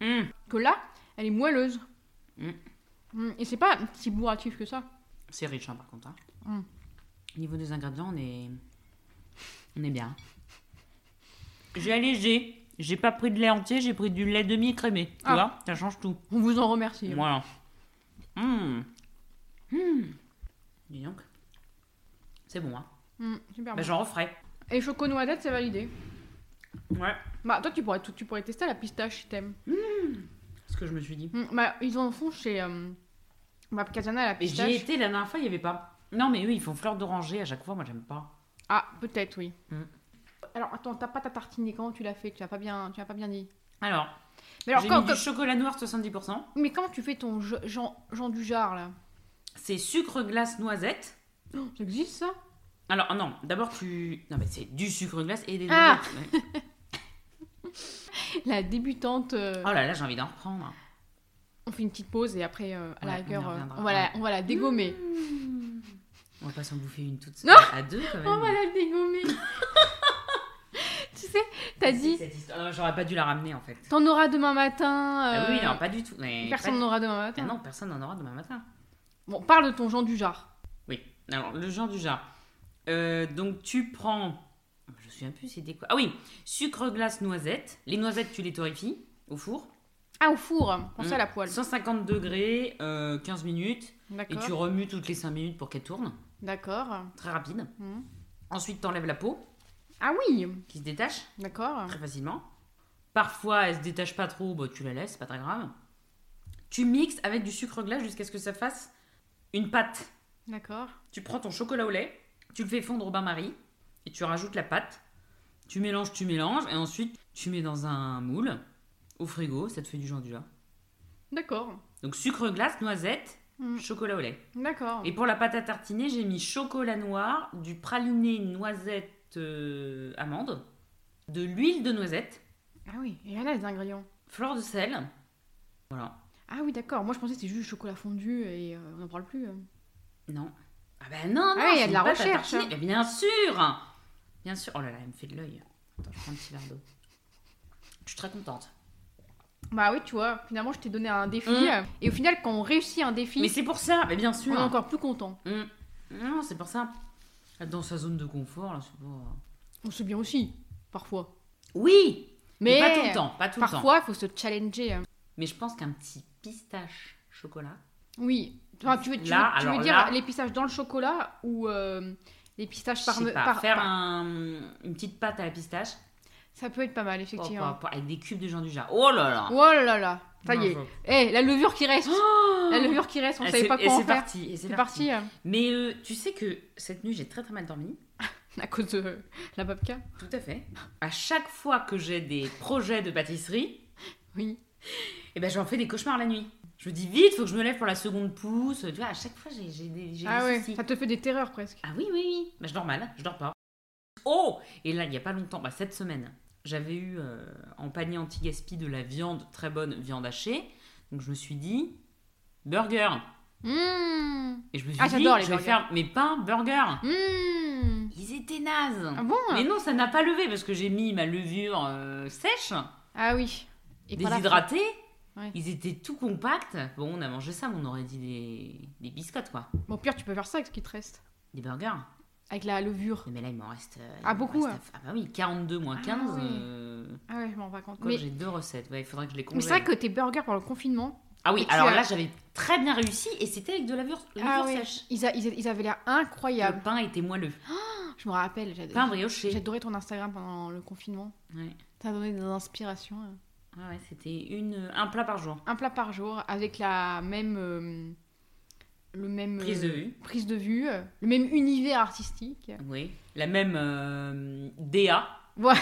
Hmm.
Que là, elle est moelleuse.
Mm.
Hmm, Et c'est pas si bourratif que ça.
C'est riche, hein, par contre. hein.
Mm.
Au niveau des ingrédients, on est, on est bien. J'ai allégé. J'ai pas pris de lait entier, j'ai pris du lait demi-crémé. Tu
Ah.
vois Ça change tout.
On vous en remercie.
Voilà. Hum. Hum. Dis donc. C'est bon, hein.
Hmm, super
Bah,
bon.
j'en referai.
Et choco noisette, c'est validé.
Ouais.
Bah, toi, tu pourrais, tu, tu pourrais tester la pistache si t'aimes.
C'est ce que je me suis dit.
Mm, bah, ils en font chez. Euh, bah, Casana, la
Mais j'y
pistache.
étais la dernière fois, il y avait pas. Non, mais eux, ils font fleur d'oranger à chaque fois. Moi, j'aime pas.
Ah, peut-être, oui.
Mm.
Alors, attends, t'as pas ta tartinée, comment tu l'as fait Tu l'as pas bien, tu l'as pas bien dit.
Alors,
Mais alors,
j'ai
quand-
mis
quand-
du chocolat noir 70%.
mais comment tu fais ton je- Jean, Jean du Jar, là
C'est sucre glace noisette.
Ça existe, ça
Alors ah non, d'abord tu... Non mais c'est du sucre glace et des
Ah
noisettes. Ouais.
La débutante. euh,
Oh là là, j'ai envie d'en reprendre.
On fait une petite pause et après, euh, à la
Ouais, on y
rigueur, euh,
reviendra,
on, va la,
ouais.
on va la dégommer.
On va pas s'en bouffer une toute seule.
Non Oh,
à deux quand même.
On va la dégommer [LAUGHS] Tu sais, t'as
C'est
dit,
cette histoire. Ah, J'aurais pas dû la ramener en fait.
t'en auras demain matin.
Ah oui,
euh,
non, pas du tout. Mais
Personne n'en aura demain
pas...
matin.
Ah non, personne n'en aura demain matin.
Bon, parle de ton Jean du Jar.
Oui, alors le genre du genre. Euh, donc tu prends... Je me souviens plus, c'était quoi Ah oui, sucre glace noisette. Les noisettes, tu les torréfies au four.
Ah, au four, on sait à la poêle.
150 Mmh. degrés, euh, 15 minutes. Mm. Et tu
D'accord.
remues toutes les 5 minutes pour qu'elles tournent.
D'accord.
Très rapide.
Mhm.
Ensuite, t'enlèves la peau
Ah oui,
qui se détache
d'accord.
très facilement. Parfois, elle se détache pas trop, bah, tu la laisses, c'est pas très grave. Tu mixes avec du sucre glace jusqu'à ce que ça fasse une pâte.
D'accord.
Tu prends ton chocolat au lait, tu le fais fondre au bain-marie et tu rajoutes la pâte. Tu mélanges, tu mélanges et ensuite tu mets dans un moule au frigo, ça te fait du gendula.
D'accord.
Donc sucre glace, noisette,
Mm.
chocolat au lait.
D'accord.
Et pour la pâte à tartiner, j'ai mis chocolat noir, du praliné noisette euh, amande, de l'huile de noisette,
Ah oui, il y en a des ingrédients.
fleur de sel. Voilà.
Ah oui, d'accord. Moi, je pensais que c'était juste du chocolat fondu et euh, on n'en parle plus. euh.
Non. Ah ben non, non,
Ah, il y a
c'est
de la
une pâte à
recherche,
tartiner.
hein.
Mais bien sûr Bien sûr. Oh là là, elle me fait de l'œil. Attends, je prends un petit verre d'eau. Je suis très contente.
Bah oui, tu vois, finalement, je t'ai donné un défi.
Mm.
euh, Et au final, quand on réussit un défi,
Mais c'est pour ça, mais bien sûr.
on est encore plus content.
Hum. Non, c'est pour ça. Dans sa zone de confort, là, c'est pas...
On se bien aussi, parfois.
Oui
Mais,
pas tout le temps, pas tout le temps.
parfois, il faut se challenger. hein.
Mais je pense qu'un petit pistache chocolat,
Oui. Enfin, tu veux, tu
Là,
veux- tu veux
alors
dire
là-
les pistaches dans le chocolat ou euh, les pistaches
je
par...
sais pas,
par-
faire
par-
un- une petite pâte à la pistache,
Ça peut être pas mal,
Hop,
effectivement.
hop, hop, avec des cubes de Jean Dujardin. Oh là là
Oh là là là, ça y est.
Bravo.
[GASPS] Eh, la levure
[GASPS]
qui reste.
Oh
La levure qui reste, on
Et
savait
c'est-
pas
et
quoi en
c'est
faire.
parti, et
C'est parti euh,
Mais euh, tu sais que cette nuit, j'ai très très mal dormi.
[LAUGHS] à cause de euh, la babka.
Tout à fait. À chaque fois que j'ai des projets de pâtisserie,
Oui.
eh ben j'en fais des cauchemars la nuit. Je me dis vite, faut que je me lève pour la seconde pousse. Tu vois, à chaque fois, j'ai j'ai des, j'ai
Ah
des
ouais,
soucis.
ça te fait des terreurs presque.
Ah oui, oui, oui. Bah, je dors mal, je dors pas. Oh Et là, il y a pas longtemps, bah, cette semaine, j'avais eu euh, en panier anti-gaspi de la viande, très bonne viande hachée. Donc je me suis dit, burger.
Mmh.
Et je me suis
Ah,
dit,
j'adore les
je vais
burgers.
faire mes pains burger.
Mmh.
Ils étaient nazes.
Ah bon
Mais non, ça n'a pas levé parce que j'ai mis ma levure euh, sèche,
Ah oui. Et pas la-
déshydratée.
Ouais.
Ils étaient tout compacts. Bon, on a mangé ça, mais on aurait dit des, des biscottes, quoi.
Bon, au pire, tu peux faire ça avec ce qui te reste.
Des burgers.
Avec la levure.
Mais là, il m'en reste. euh, il
Ah,
m'en
beaucoup,
reste à- Ah, bah oui, 42 moins
Ah,
15.
ouais.
euh,
Ah ouais, je m'en rends pas compte.
quoi,
Mais,
j'ai deux recettes. Ouais, il faudrait que je les
mais
congèle.
c'est vrai que tes burgers pendant le confinement,
Ah oui,
Et tu
alors
as-
là, j'avais très bien réussi et c'était avec de la levure, levure
Ah ouais.
sèche.
ils, a- ils a- ils avaient l'air incroyables.
Le pain était moelleux.
Je me rappelle, j'ad-
Pain brioché.
j'adorais ton Instagram pendant le confinement.
Ouais,
T'as donné des inspirations. hein.
Ah Ouais, ouais, c'était une... un plat par jour.
un plat par jour avec la même euh, le même euh,
Prise de vue.
prise de vue, euh, le même univers artistique. [LAUGHS]
Oui. La même euh, DA.
Ouais.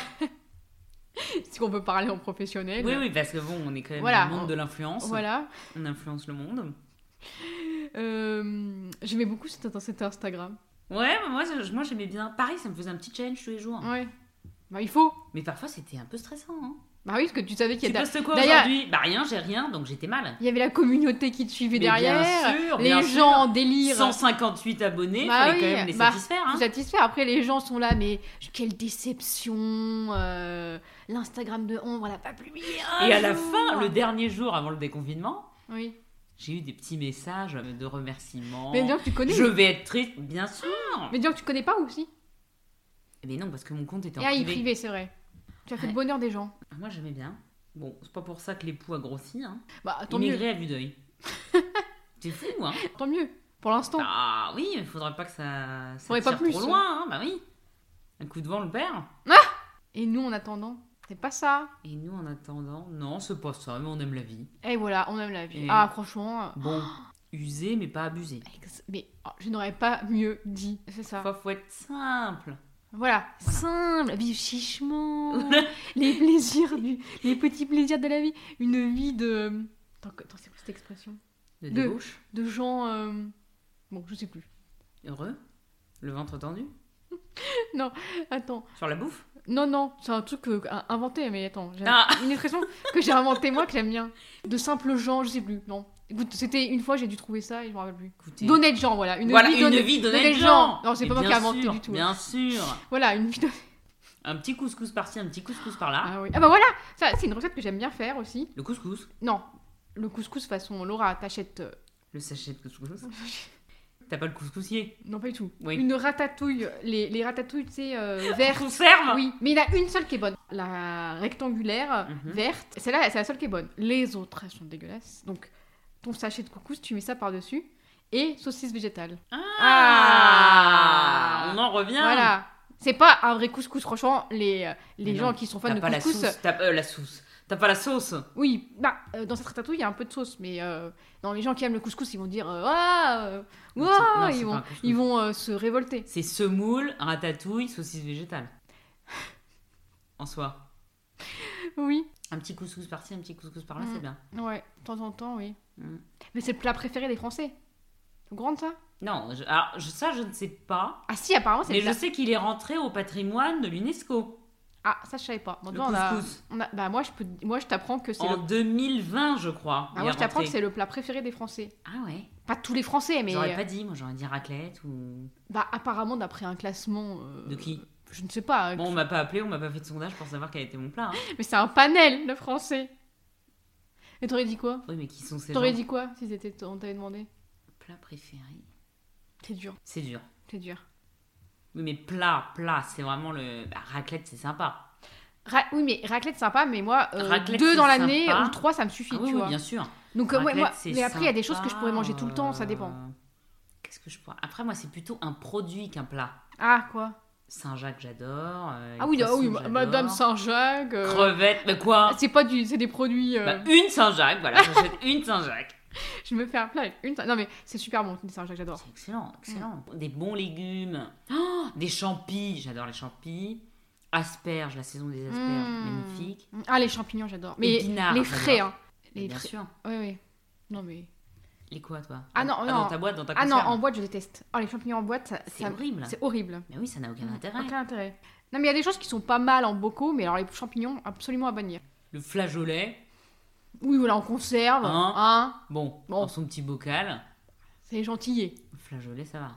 si on peut parler en professionnel.
Oui, oui, parce que bon, on est quand même
Voilà.
dans le monde de l'influence.
Voilà.
On influence le monde.
Euh, J'aimais beaucoup cet, cet Instagram.
Ouais, bah, moi, je- moi j'aimais bien. Pareil, ça me faisait un petit challenge tous les jours.
Ouais. Bah, il faut.
Mais parfois, c'était un peu stressant. Hein.
Bah oui, parce que tu savais qu'il
Tu
y, a-
postes quoi
D'ailleurs-
aujourd'hui Bah rien, j'ai rien, donc j'étais mal.
il y avait la communauté qui te
Mais
suivait
bien
derrière.
sûr,
les
bien
gens en
sûr.
délire.
158 abonnés,
Bah
fallait
oui,
quand même les
bah,
satisfaire.
Tout
Hein.
satisfait. Après, les gens sont là, mais quelle déception. euh, L'Instagram de Ombre, elle a pas publié. un
Et à la
jour. Ah.
fin, le dernier jour avant le déconfinement,
Oui.
j'ai eu des petits messages de remerciements.
Mais d'ailleurs, tu connais.
Oh, Je vais être triste, bien sûr.
Mais d'ailleurs, tu connais pas aussi.
Mais non, parce que mon compte était en
Ah, il est
privé.
privé, c'est vrai. Tu as fait
Ouais.
le bonheur des gens.
Ah, Moi j'aimais bien. Bon, c'est pas pour ça que l'époux a grossi. Hein.
Bah, tant mieux.
Immigré à vue
[LAUGHS]
d'œil. C'est fou, hein
Tant mieux. Pour l'instant.
Ah oui, il faudrait pas que ça, ça
Faudrait
tire
pas plus,
trop
hein.
loin, hein, bah oui. Un coup de vent le perd.
Et nous, en attendant, c'est pas ça.
Et nous en attendant, non, c'est pas ça, mais on aime la vie.
Et voilà, on aime la vie.
Et-
Ah, franchement. euh,
Bon, usé mais pas abusé.
ex- Mais oh, je n'aurais pas mieux dit. C'est ça.
Parfois, faut être simple.
Voilà.
Voilà.
Simple. Vive chichement. [LAUGHS] les plaisirs du... Les petits plaisirs de la vie. Une vie de... Attends, que- attends, c'est quoi cette expression
De
De-
débauche,
De gens... euh, Bon, je sais plus.
heureux, le ventre tendu,
Attends.
sur la bouffe.
Non, non. C'est un truc euh, un- inventé, mais attends. j'ai-
Ah,
Une expression que j'ai inventée moi, que j'aime bien. De simples gens, je sais plus. Non. Écoute, c'était une fois, j'ai dû trouver ça et je me rappelle plus.
écoutez.
D'honnêtes gens, voilà. Une
voilà,
vie
une
d'honnêtes-
vie
d'honnêtes
d'honnête gens.
Non, c'est
Mais
pas moi qui ai
bien
inventé
sûr,
du tout. hein.
Bien sûr.
Voilà, une vie d'honnêtes-
Un petit couscous par-ci, un petit couscous par-là.
Ah oui. Ah bah voilà Ça, c'est une recette que j'aime bien faire aussi.
Le couscous,
Non. Le couscous façon Laura, t'achètes. euh,
le sachet de
[LAUGHS]
couscous. T'as pas le couscousier.
Non, pas du tout.
Oui. Ah,
Une ratatouille. Les, les ratatouilles, tu
[LAUGHS]
sais, euh,
On
vertes.
conserve
Oui, mais il y en a une seule qui est bonne. La rectangulaire,
Mhm.
verte. Celle-là, c'est la seule qui est bonne. Les autres, elles sont dégueulasses. Donc, ton sachet de couscous, tu mets ça par-dessus. Et saucisse végétale.
Ah, On en revient.
Voilà. C'est pas un vrai couscous. Franchement, les, euh, les
Mais
gens
non,
qui sont fans
T'as
de
pas la
couscous.
sauce. T'as euh, la sauce. T'as pas la sauce.
Oui, bah, euh, dans cette ratatouille, il y a un peu de sauce, mais euh, non, les gens qui aiment le couscous, ils vont dire euh, Ah euh,
Non,
ouah
c'est- non, c'est pas un
Ils vont,
couscous.
ils vont euh, se révolter.
C'est semoule, ratatouille, saucisse végétale.
[LAUGHS]
En soi.
Oui,
Un petit couscous par-ci, un petit couscous par-là,
Mm.
c'est bien.
ouais, de temps en temps, oui.
Mm.
Mais c'est le plat préféré des Français. Vous grande ça
Non, je- alors, je- ça, je ne sais pas.
Ah si, apparemment, c'est
Mais
le
je
plat.
sais qu'il est rentré au patrimoine de l'UNESCO.
Ah, ça, je savais pas. Bon,
Le
toi, on a-
couscous.
on a- Bah, moi, je, peux... moi, je t'apprends que c'est
En
le...
2020, je crois.
Bah,
il
moi,
est
je t'apprends que
rentré.
c'est le plat préféré des Français.
Ah ouais
Pas tous les Français, mais. euh,
J'aurais pas dit, moi j'aurais dit raclette ou.
Bah, apparemment, d'après un classement. euh,
De qui
Je ne sais pas. hein,
Bon, on m'a pas appelé, on m'a pas fait de sondage pour savoir quel était mon plat. hein.
Mais c'est un panel de Français. Et t'aurais dit quoi
Oui, mais qui sont ces gens
T'aurais dit quoi si c'était- on t'avait demandé
Plat préféré
C'est dur,
C'est dur.
c'est dur.
Oui, mais plat, plat, c'est vraiment le. bah, raclette, c'est sympa.
Ah Ra- oui, mais raclette sympa, mais moi, euh,
Raclette,
deux
c'est
dans l'année
sympa.
ou trois, ça me suffit,
Ah oui,
tu
oui,
vois.
bien sûr.
Donc, euh, ouais,
Raclette,
moi-
c'est
mais après, il y a des choses que je
sympa,
pourrais manger tout le temps, ça dépend.
euh, Qu'est-ce que je pourrais Après, moi, c'est plutôt un produit qu'un plat.
Ah, quoi
Saint-Jacques, j'adore. euh,
Ah
les
oui, ah
poissons,
oui,
j'adore.
Madame Saint-Jacques. euh,
Crevettes, mais quoi
c'est pas du, c'est des produits. euh,
Bah, Une Saint-Jacques, voilà, j'achète une Saint-Jacques.
Je me fais un plat avec une. Non mais c'est super bon, les Saint-Jacques, j'adore.
C'est excellent, excellent. Mm. Des bons légumes, Oh, des champis, j'adore les champis. Asperges, la saison des asperges,
Mm.
magnifique.
Ah les champignons, j'adore.
Les
Mais
dinars,
les
j'adore.
frais, hein.
Et
Les
bien
frais.
sûr.
Oui, oui. Non mais.
Les quoi, toi
Ah non, non.
Dans ta boîte, dans ta
Ah non,
conserve.
en boîte, je déteste. Oh les champignons en boîte, ça-
C'est
ça-
horrible.
C'est Mm. horrible.
Mais oui, ça n'a aucun intérêt.
Aucun intérêt. Non, mais il y a des choses qui sont pas mal en bocaux, mais alors les champignons, absolument à bannir.
Le flageolet,
Oui, voilà, on conserve.
Hein
Hein,
bon,
Bon.
dans son petit bocal.
C'est gentillé.
Le Flageolet, ça va.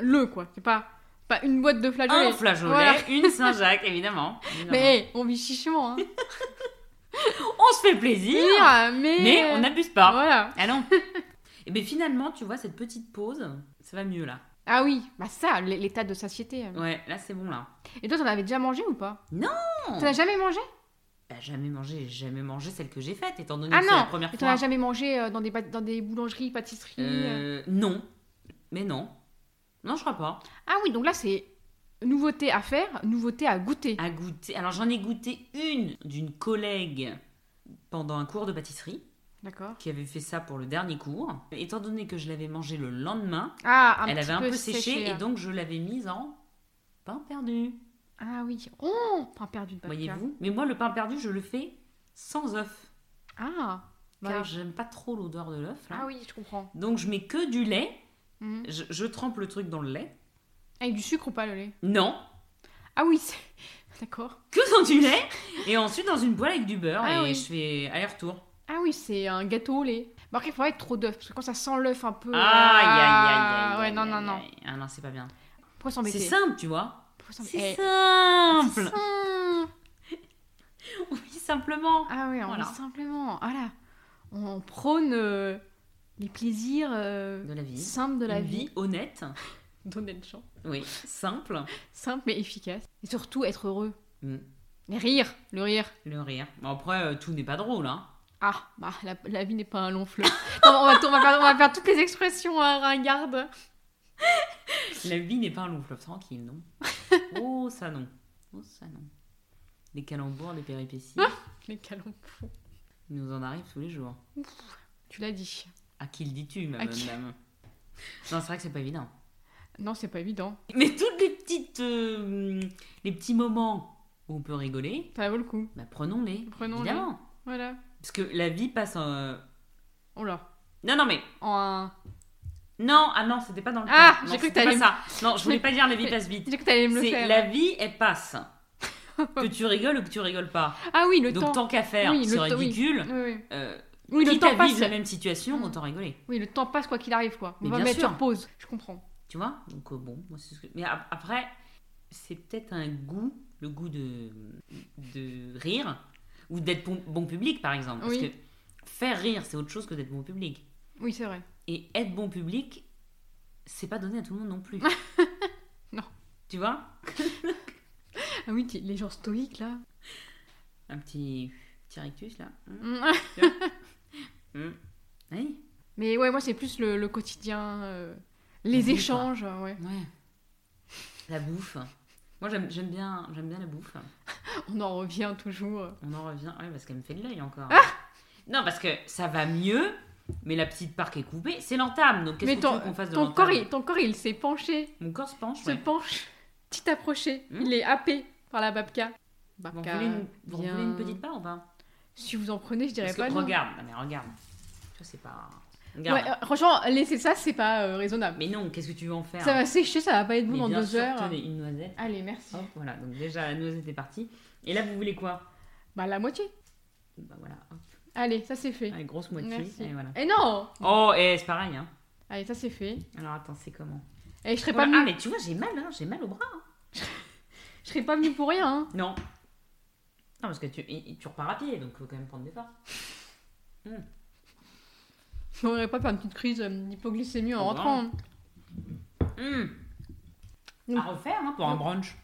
Le, quoi. C'est pas, pas une boîte de flageolets.
Un flageolet,
Voilà.
une Saint-Jacques,
[LAUGHS]
évidemment.
Mais hey, on
[LAUGHS]
vit chichement. Hein.
On se fait plaisir,
Dire, mais...
mais on n'abuse pas.
Voilà.
Ah
[LAUGHS]
non. Et bien finalement, tu vois, cette petite pause, ça va mieux là.
Ah oui, bah ça, l- l'état de satiété.
Ouais, là c'est bon là.
Et toi, t'en avais déjà mangé ou pas
Non
T'en as jamais mangé
Bah, jamais mangé, j'ai jamais mangé celle que j'ai faite, étant donné
Ah
que c'est la
non
première
Et T'en
fois.
as jamais mangé euh, dans des, pa- dans des boulangeries, pâtisseries euh
Euh, non. Mais non. Non, je crois pas.
Ah oui, donc là, c'est nouveauté à faire, nouveauté à goûter.
À goûter. Alors j'en ai goûté une d'une collègue pendant un cours de pâtisserie
D'accord.
qui avait fait ça pour le dernier cours. Étant donné que je l'avais mangé le lendemain,
Ah, un
elle
petit
avait un peu
séché,
séché et
hein.
donc je l'avais mise en pain perdu.
Ah oui. Oh Pain perdu de babka.
Voyez-vous Mais moi, le pain perdu, je le fais sans œuf.
Ah bah
car
oui.
j'aime pas trop l'odeur de l'œuf. là.
Ah oui, je comprends.
Donc, je mets que du lait.
Mhm.
Je, je trempe le truc dans le lait.
Avec Ah, du sucre ou pas le lait
Non,
Ah oui, c'est- [LAUGHS] d'accord.
que dans du lait. Et ensuite, dans une poêle avec du beurre.
Ah
et
oui.
je fais aller-retour.
Ah oui, c'est un gâteau au lait. Bon, après, il faut pas être trop d'œuf, parce que quand ça sent l'œuf un peu.
Aïe, aïe, aïe,
Ah,
aïe.
Ouais,
aïe,
non,
aïe,
non, non.
aïe. Ah non, c'est pas bien.
Pourquoi
C'est
s'embêter
simple, tu vois.
Pourquoi s'embêter
C'est
Eh,
simple.
simple.
[LAUGHS] Oui, simplement.
Ah oui, on
Voilà.
dit simplement. Voilà. On prône euh, les plaisirs euh,
De la vie.
simples de la
Une
vie.
honnête.
Donner le champ.
Oui, simple.
Simple mais efficace. Et surtout être heureux.
Mm.
Mais rire, le rire.
Le rire. Bon, après, euh, tout n'est pas drôle, hein.
Ah, bah, la, la vie n'est pas un long fleuve. [LAUGHS] Non, on, va, on, va faire, on va faire toutes les expressions à ringarde.
La vie n'est pas un long fleuve tranquille,
[LAUGHS]
non Oh, ça non. Oh, ça non. Des calembours, des péripéties,
Les calembours.
il nous en arrive tous les jours.
Tu l'as dit.
À qui le dis-tu, ma
À
bonne
qui
dame Non, c'est vrai que c'est pas évident.
Non, c'est pas évident.
Mais toutes les petites... euh, les petits moments où on peut rigoler,
Ça vaut le coup.
bah, prenons-les,
Prenons-les.
évidemment.
Voilà.
Parce que la vie passe en... euh,
Oh là.
Non, non, mais...
En un...
Non, ah non, c'était pas dans le
Ah,
temps. Non,
j'ai cru que
c'était pas
t'allais-
ça. Non, je
[LAUGHS]
voulais pas dire la vie
Mais-
passe vite.
Tu sais que t'allais me le
C'est
faire.
la vie, elle
[LAUGHS]
passe. que tu rigoles ou que tu rigoles pas.
Ah oui, le
Donc
temps.
tant qu'à faire,
Oui, le
c'est
temps, oui.
ridicule.
Oui, oui.
Euh,
Oui, le
quitte
temps
à
passe.
vivre la même situation,
Mm.
autant rigoler.
Oui, le temps passe quoi qu'il arrive, quoi. On
Mais
va
bien
mettre
sûr.
sur pause. Je comprends.
Tu vois Donc euh, bon, moi, c'est ce que... Mais ap- après, c'est peut-être un goût, le goût de, de rire ou d'être bon, bon public, par exemple. Parce
Oui.
que faire rire, c'est autre chose que d'être bon public.
Oui, c'est vrai.
Et être bon public, c'est pas donné à tout le monde non plus.
[LAUGHS] Non.
Tu vois
Ah oui, t'es- les gens stoïques, là.
Un petit, petit rictus, là. Mm,
Mm.
mm. Oui.
[LAUGHS] Mais ouais, moi, c'est plus le, le quotidien, euh,
La vie,
les
quoi.
échanges, euh, ouais.
Ouais. La bouffe. Moi, j'aime j'aime bien, j'aime bien la bouffe.
On en revient toujours.
On en revient. Ah Ouais, parce qu'elle me fait de l'œil encore.
Ah
non, parce que ça va mieux, mais la petite parque est coupée. C'est l'entame, donc qu'est-ce
Mais
que tu
ton,
veux qu'on fasse de
ton,
l'entame
corps, il, ton corps, il s'est penché,
Mon corps se penche,
se
ouais.
penche, petit approché.
Hmm.
Il est happé par la babka.
Vous en
Babka,
voulez une, vous en
bien.
voulez une petite part ou pas
Si vous en prenez, je dirais
Parce que
pas non.
regarde, non, mais regarde. Tu vois, c'est pas... Regarde.
Ouais, euh, franchement, laisser ça, c'est pas euh, raisonnable.
Mais non, qu'est-ce que tu veux en faire
Ça va sécher, ça va pas être
Mais
bon dans
bien
deux
sûr,
heures.
tenez, une noisette.
Allez, merci.
Hop, voilà. Donc déjà, la noisette est partie. Et là, vous voulez quoi
Bah, la moitié.
Bah voilà, hop.
Allez, ça c'est fait.
Allez, grosse moitié.
Merci.
Allez, voilà.
Et non
Oh, et c'est pareil, hein.
Allez, ça c'est fait.
Alors attends, c'est comment
Et je serais
Voilà.
pas
Ah,
venue,
mais tu vois, j'ai mal, hein. J'ai mal au bras.
je serais pas venue pour rien. hein.
Non. Non, parce que tu, i- tu repars à pied, donc faut quand même prendre des pas.
J'aurais pas fait une petite crise euh, d'hypoglycémie en
Oh,
rentrant. hein. Hmm.
À refaire, hein, pour un brunch.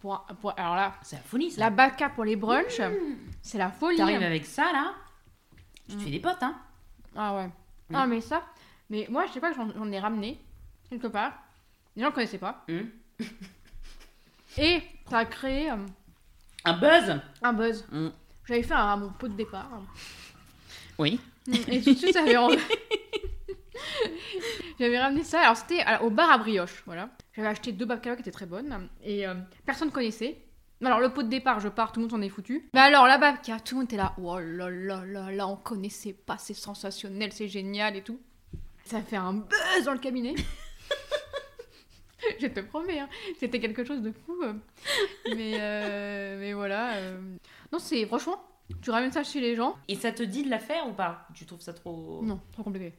Pour, un- pour- alors là,
C'est la folie, ça.
la babka pour les brunchs, c'est la folie.
Mmh.
hein.
T'arrives avec ça, là, tu te
Mm.
fais des potes, hein.
Ah ouais.
Mm.
Ah mais ça, mais moi je sais pas que j'en j'en ai ramené quelque part. Les gens connaissaient pas.
Mm.
Et ça a créé euh,
Un buzz
un buzz.
Mm.
J'avais fait un à mon pot de départ.
Oui.
Mm. Et tout de suite, ça avait rendu- J'avais ramené ça. Alors c'était à- au bar à brioche, voilà. J'avais acheté deux babkalas qui étaient très bonnes et euh, personne connaissait. Alors le pot de départ, je pars, tout le monde s'en est foutu. Mais alors la babka, tout le monde était là. Oh là là là là, on connaissait pas, c'est sensationnel, c'est génial et tout. Ça a fait un buzz dans le cabinet. [LAUGHS] je te promets, hein, c'était quelque chose de fou. euh. Mais euh, mais voilà. euh. Non, c'est franchement, tu ramènes ça chez les gens.
Et ça te dit de la faire ou pas Tu trouves ça trop...
Non, trop compliqué.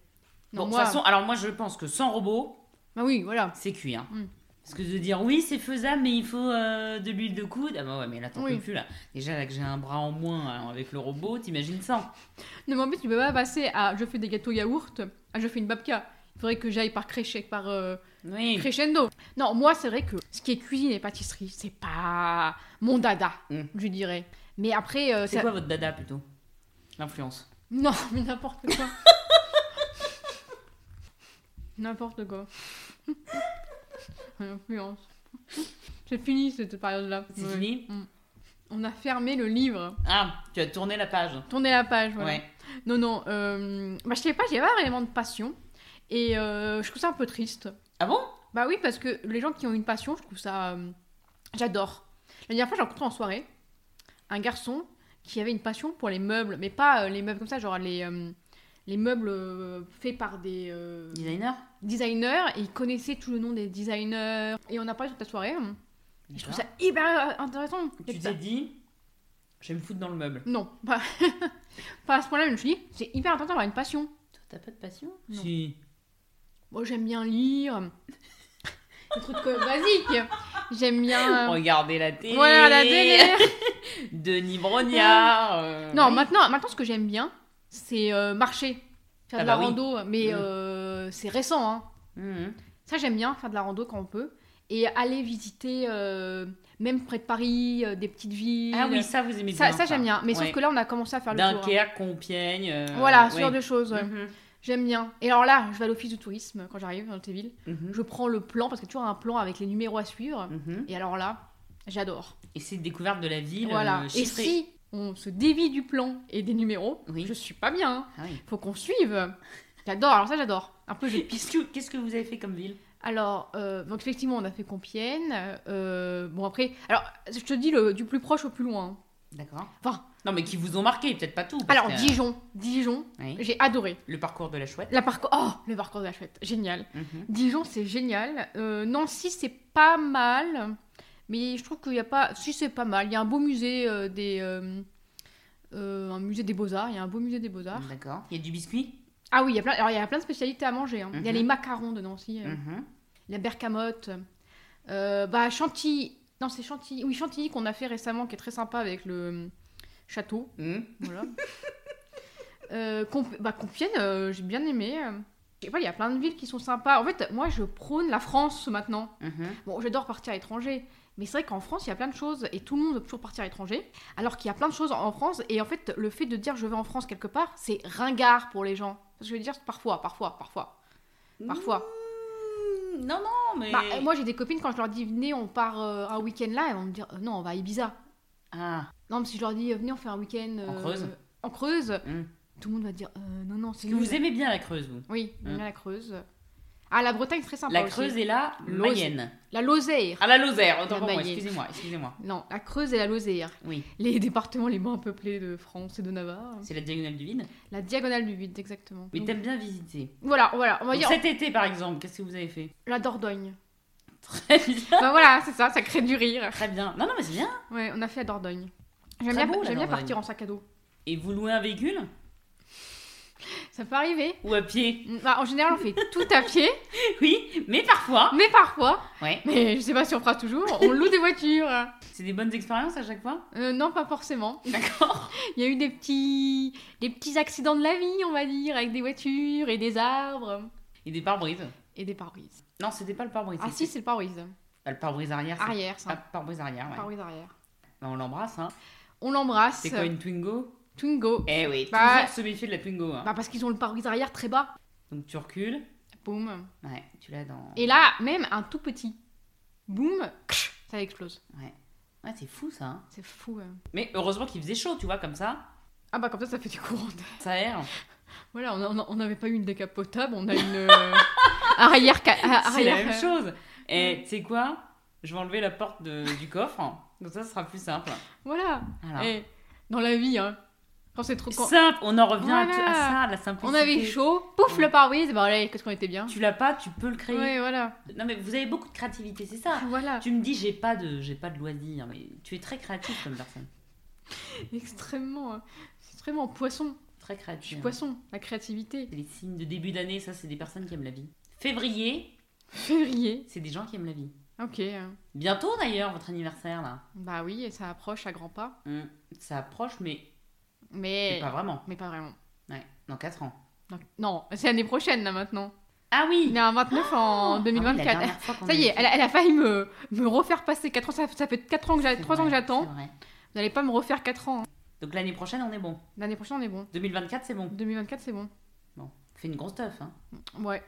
Bon,
Non,
de
moi-
toute façon, alors moi, je pense que sans robot,
Bah oui, voilà.
c'est cuit, hein.
Mm.
Parce que de dire oui, c'est faisable, mais il faut euh, de l'huile de coude. Ah bah ouais, mais là, t'en
Oui.
peux plus, là. Déjà, là que j'ai un bras en moins alors, avec le robot, t'imagines ça
Non, mais en plus, tu peux pas passer à je fais des gâteaux yaourt, à je fais une babka. Il faudrait que j'aille par, cresche- par euh,
Oui.
crescendo. Non, moi, c'est vrai que ce qui est cuisine et pâtisserie, c'est pas mon dada,
Mm.
je dirais. Mais après, euh,
C'est
ça-
quoi votre dada plutôt L'influence.
[LAUGHS] Non, mais n'importe quoi. n'importe quoi. Influence. hein. C'est fini cette période-là.
C'est
Ouais.
fini
On a fermé le livre.
Ah, tu as tourné la page.
Tournez la page, voilà.
Ouais.
Non, non, euh, bah, je sais pas, j'ai pas vraiment de passion. Et euh, je trouve ça un peu triste.
Ah bon
Bah oui, parce que les gens qui ont une passion, je trouve ça. euh, J'adore. La dernière fois, j'ai rencontré en soirée un garçon qui avait une passion pour les meubles, mais pas euh, les meubles comme ça, genre les, euh, les meubles euh, faits par des euh,
Designer
designers, et il connaissait tout le nom des designers. Et on a parlé toute la soirée. hein. Et je trouve ça hyper euh, intéressant.
Tu t'es dit, je vais me foutre dans le meuble.
Non, [LAUGHS] pas, pas à ce point-là, mais je me suis dit, c'est hyper important d'avoir une passion.
Toi, t'as pas de passion
Non.
Si.
Moi, j'aime bien lire. [LAUGHS] Des trucs euh, basiques. J'aime bien. euh,
Regardez la télé.
Voilà
[LAUGHS]
la télé.
Denis Brognard. euh,
Non,
oui.
maintenant, maintenant, ce que j'aime bien, c'est euh, marcher. Faire
Ah
de
bah
la
oui.
rando, mais
Mm.
euh, c'est récent. Hein.
Mhm.
Ça, j'aime bien faire de la rando quand on peut. Et aller visiter, euh, même près de Paris, euh, des petites villes.
Ah oui, ça, vous aimez
ça,
bien.
ça, j'aime bien. Mais
Ouais.
sauf que là, on a commencé à faire le tour. hein.
Dunkerque, Compiègne. euh,
Voilà, ce
ouais.
genre de choses. ouais.
Mhm.
J'aime bien. Et alors là, je vais à l'office du tourisme quand j'arrive dans tes villes.
Mhm.
Je prends le plan, parce qu'il y a toujours un plan avec les numéros à suivre.
Mhm.
Et alors là, j'adore.
Et c'est une découverte de la ville.
Voilà.
euh,
et
chiffrée.
si on se dévie du plan et des numéros,
Oui.
je suis pas bien. hein.
Ah oui.
Faut qu'on suive. J'adore, alors ça j'adore. Un peu je
Qu'est-ce
pisse.
que- qu'est-ce que vous avez fait comme ville
Alors, euh, donc effectivement, on a fait Compiègne. euh, bon après, alors je te dis le, du plus proche au plus loin. hein.
D'accord.
Enfin,
Non, mais qui vous ont marqué, peut-être pas tout. parce
alors
que-
Dijon, Dijon,
Oui.
j'ai adoré.
Le parcours de la chouette.
La parcours, oh le parcours de la chouette, génial.
Mhm.
Dijon c'est génial. Euh, Nancy c'est pas mal, mais je trouve qu'il y a pas, si c'est pas mal. Il y a un beau musée euh, des, euh, euh, un musée des beaux arts. Il y a un beau musée des beaux arts.
D'accord. Il y a du biscuit
Ah oui, il y a plein, alors il y a plein de spécialités à manger. hein. Il y a
Mhm.
les macarons de Nancy, euh,
Mhm.
la bergamote, euh, bah Chantilly. Non, c'est Chantilly. Oui, Chantilly qu'on a fait récemment, qui est très sympa avec le euh, château.
Mhm. [LAUGHS]
Voilà. Euh, Comp- bah, Compiègne, euh, j'ai bien aimé. euh. Je sais pas, il y a plein de villes qui sont sympas. En fait, moi, je prône la France maintenant.
Mhm.
Bon, j'adore partir à l'étranger, mais c'est vrai qu'en France, il y a plein de choses et tout le monde veut toujours partir à l'étranger, alors qu'il y a plein de choses en France. Et en fait, le fait de dire je vais en France quelque part, c'est ringard pour les gens. Parce que je veux dire, parfois, parfois, parfois, parfois.
Mmh, Non, non, mais.
Bah, euh, moi, j'ai des copines, quand je leur dis venez, on part euh, un week-end là, elles vont me dire euh, non, on va à Ibiza.
Ah,
Non, mais si je leur dis euh, venez, on fait un week-end.
En
euh,
Creuse.
En Creuse,
Mm.
tout le monde va dire Euh, non, non, c'est
parce que vous
nul.
aimez bien la Creuse, vous.
Oui, on
Mm.
aime la Creuse. Ah, la Bretagne, c'est très sympa.
La
aussi.
Creuse et la
Lozère.
Mayenne.
La Lozère.
Ah, la Lozère, autant
La
pour moi,
Mayenne.
excusez-moi, excusez-moi.
Non, la Creuse et la Lozère.
Oui,
Les départements les moins peuplés de France et de Navarre.
c'est la diagonale du vide.
La diagonale du vide, exactement.
Mais
Donc,
t'aimes bien visiter.
voilà, voilà, on va
Donc,
dire
cet été, par exemple, qu'est-ce que vous avez fait [LAUGHS]
la Dordogne.
Très bien.
bah voilà, c'est ça, ça crée du rire.
Très bien. Non, non, mais c'est bien.
Ouais, on a fait la Dordogne. J'aime
Très
bien,
beau, la
j'aime bien
Dordogne.
partir en sac à dos.
Et vous louez un véhicule
Ça peut arriver.
Ou à pied [LAUGHS]
Mm, bah, en général, on fait tout à pied,
Oui, mais parfois.
mais parfois,
Ouais.
mais je sais pas si on fera toujours, on loue des voitures.
C'est des bonnes expériences à chaque fois
Euh, non, pas forcément.
D'accord.
Il y a eu des petits, des petits accidents de la vie, on va dire, avec des voitures et des arbres
Et des pare-brises
et des pare-brises.
Non, c'était pas le pare-brise.
Ah si, c'est le pare-brise.
Bah, le pare-brise arrière. c'est-
Arrière, ça.
Ah, pare-brise arrière, ouais.
Pare-brise arrière.
Bah, on l'embrasse, hein.
On l'embrasse.
C'est quoi une Twingo
Twingo.
Eh oui,
Bah-
toujours se méfier de la Twingo. Hein.
Bah parce qu'ils ont le pare-brise arrière très bas.
Donc tu recules.
Boum.
Ouais, tu l'as dans.
Et là, même un tout petit. Boum. ksh, Ça explose.
Ouais, c'est fou ça. hein.
C'est fou. hein.
Mais heureusement qu'il faisait chaud, tu vois, comme ça.
Ah bah comme ça, ça fait du courant. d'air.
Ça aère.
Voilà, on a- on a- on n'avait pas eu une décapotable, [LAUGHS] on a une euh, arrière. ca- a-
C'est la
arrière euh,
même chose. Et tu sais quoi Je vais enlever la porte de- du coffre. [LAUGHS] Comme ça, ce sera plus simple.
Voilà.
Voilà.
Eh, dans la vie, hein. Quand c'est trop. quand-
Simple, on en revient à
Voilà.
tout- à, ça, à la simplicité.
On avait chaud, pouf
Ouais.
le pare-brise. Bah allez, qu'est-ce qu'on était bien.
Tu l'as pas, tu peux le créer.
Ouais, voilà.
Non mais vous avez beaucoup de créativité, c'est ça.
Voilà.
Tu me dis j'ai pas de j'ai pas de loisirs, mais tu es très créatif comme personne.
Extrêmement. euh, C'est extrêmement poisson.
Très
Je suis
créatif.
poisson. La créativité.
Les signes de début d'année, ça c'est des personnes qui aiment la vie. Février,
Février.
c'est des gens qui aiment la vie.
Ok. hein.
Bientôt d'ailleurs votre anniversaire là.
Bah oui, et ça approche à grands pas.
Hum, Ça approche mais
Mais.
mais pas vraiment.
Mais pas vraiment.
Ouais, dans 4 ans.
Donc, non, [LAUGHS] c'est l'année prochaine là maintenant.
Ah oui.
Il est à 29
Ah
en
oui,
2024.
la
[LAUGHS]
dernière fois qu'on
ça y est, elle, a- elle a failli me, me refaire passer 4 ans. Ça, ça fait 4 ans que
avait
j'a-
fait.
trois ans que
C'est vrai,
j'attends.
c'est vrai.
Vous n'allez pas me refaire 4 ans. hein.
Donc l'année prochaine on est bon.
L'année prochaine, on est bon.
2024 c'est bon.
2024, c'est bon.
Bon, fais une grosse teuf hein.
Ouais.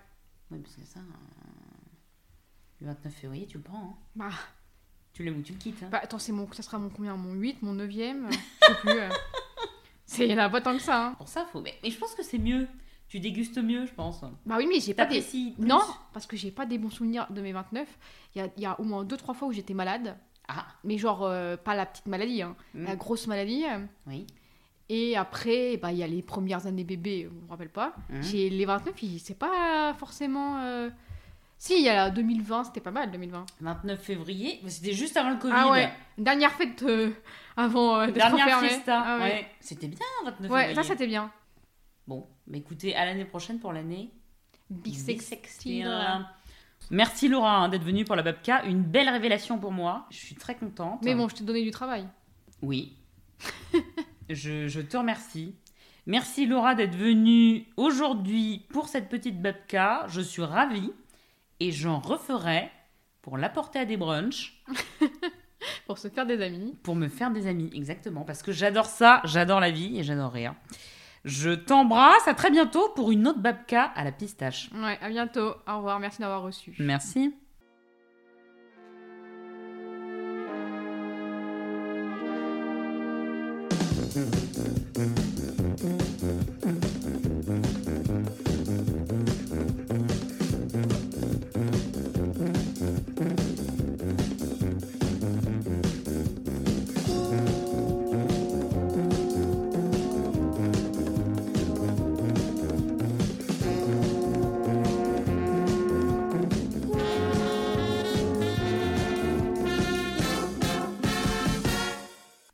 Oui parce que ça euh, le 29 février tu le prends. hein.
Bah,
Tu l'aimes ou tu le quittes. hein.
bah, attends, c'est mon, ça sera mon combien Mon 8, mon 9ème Je sais [LAUGHS] plus. euh. C'est, il y en a pas tant que ça. hein.
Pour ça faut mais, mais je pense que c'est mieux. Tu dégustes mieux je pense.
Bah oui, mais j'ai pas des.
T'apprécies. plus.
Non, parce que j'ai pas des bons souvenirs de mes 29. Il y a, il y a au moins 2-3 fois où j'étais malade.
Ah,
Mais genre, euh, pas la petite maladie, hein,
Mm.
la grosse maladie.
oui.
Et après, bah, il y a les premières années bébé, je me rappelle pas.
Hein.
J'ai les 29, il- c'est pas forcément. euh, Si, il y a la 2020, c'était pas mal 2020.
29 février, c'était juste avant le Covid.
Ah ouais, dernière fête euh, avant euh, d'être
Dernière
enfermée.
fiesta.
Ah
ouais.
ouais.
C'était bien, 29
Ouais,
février.
ça c'était bien.
Bon, bah écoutez, à l'année prochaine pour l'année
Bisextile.
Merci Laura hein, d'être venue pour la Babka. Une belle révélation pour moi. Je suis très contente.
Mais bon, je t'ai donné du travail.
Oui. [LAUGHS] je, je te remercie. Merci Laura d'être venue aujourd'hui pour cette petite babka. Je suis ravie et j'en referai pour l'apporter à des brunchs,
Pour se faire des amis.
pour me faire des amis, exactement, parce que j'adore ça, j'adore la vie et j'adore rien. Je t'embrasse, à très bientôt pour une autre babka à la pistache.
Ouais, à bientôt. Au revoir, merci d'avoir reçu.
Merci.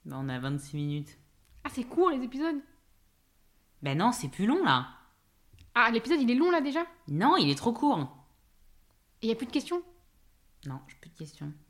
Bah, On a 26 minutes.
Ah, c'est court les épisodes
Ben non, c'est plus long là.
Ah, l'épisode il est long là déjà
Non, il est trop court.
Et il n'y a plus de questions
Non, j'ai plus de questions.